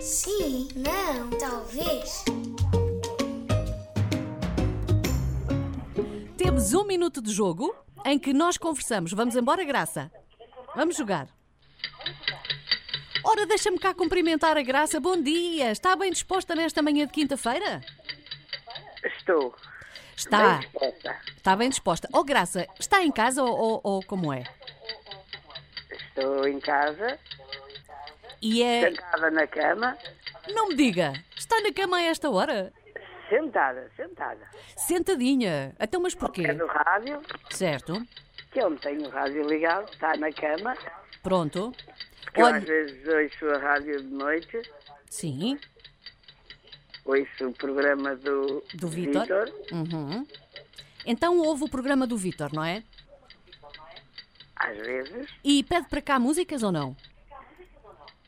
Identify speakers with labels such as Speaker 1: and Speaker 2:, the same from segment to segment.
Speaker 1: Sim, não, talvez.
Speaker 2: Temos um minuto de jogo em que nós conversamos. Vamos embora, Graça? Vamos jogar. Ora, deixa-me cá cumprimentar a Graça. Bom dia. Está bem disposta nesta manhã de quinta-feira?
Speaker 3: Estou.
Speaker 2: Está.
Speaker 3: Bem disposta.
Speaker 2: Está bem disposta. Oh, Graça, está em casa ou, ou- ou como é?
Speaker 3: Estou em casa,
Speaker 2: E é.
Speaker 3: sentada na cama,
Speaker 2: Não me diga, está na cama a esta hora?
Speaker 3: sentada, sentada.
Speaker 2: Sentadinha. Então, mas porquê?
Speaker 3: É no rádio,
Speaker 2: Certo.
Speaker 3: que eu não tenho o rádio ligado, está na cama.
Speaker 2: Pronto.
Speaker 3: Porque eu às
Speaker 2: Olha,
Speaker 3: vezes ouço a rádio de noite,
Speaker 2: sim.
Speaker 3: ouço o programa do,
Speaker 2: Do Vítor.
Speaker 3: Vítor.
Speaker 2: Uhum. Então ouve o programa do Vítor, não é?
Speaker 3: Às vezes,
Speaker 2: E pede para cá músicas ou não?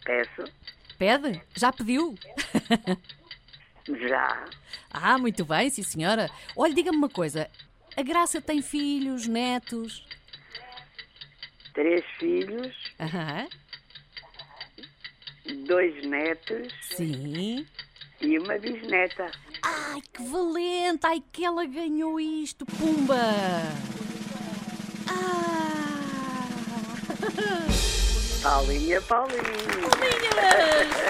Speaker 3: peço,
Speaker 2: Pede? Já pediu?
Speaker 3: já.
Speaker 2: ah, muito bem, sim senhora. Olha, diga-me uma coisa. A Graça tem filhos, netos?
Speaker 3: Três filhos,
Speaker 2: Aham.
Speaker 3: dois netos
Speaker 2: Sim.
Speaker 3: e uma bisneta.
Speaker 2: Ai, que valente! Ai, que ela ganhou isto! Pumba! Ah!
Speaker 3: Paulinha, Paulinha.
Speaker 2: Minhas!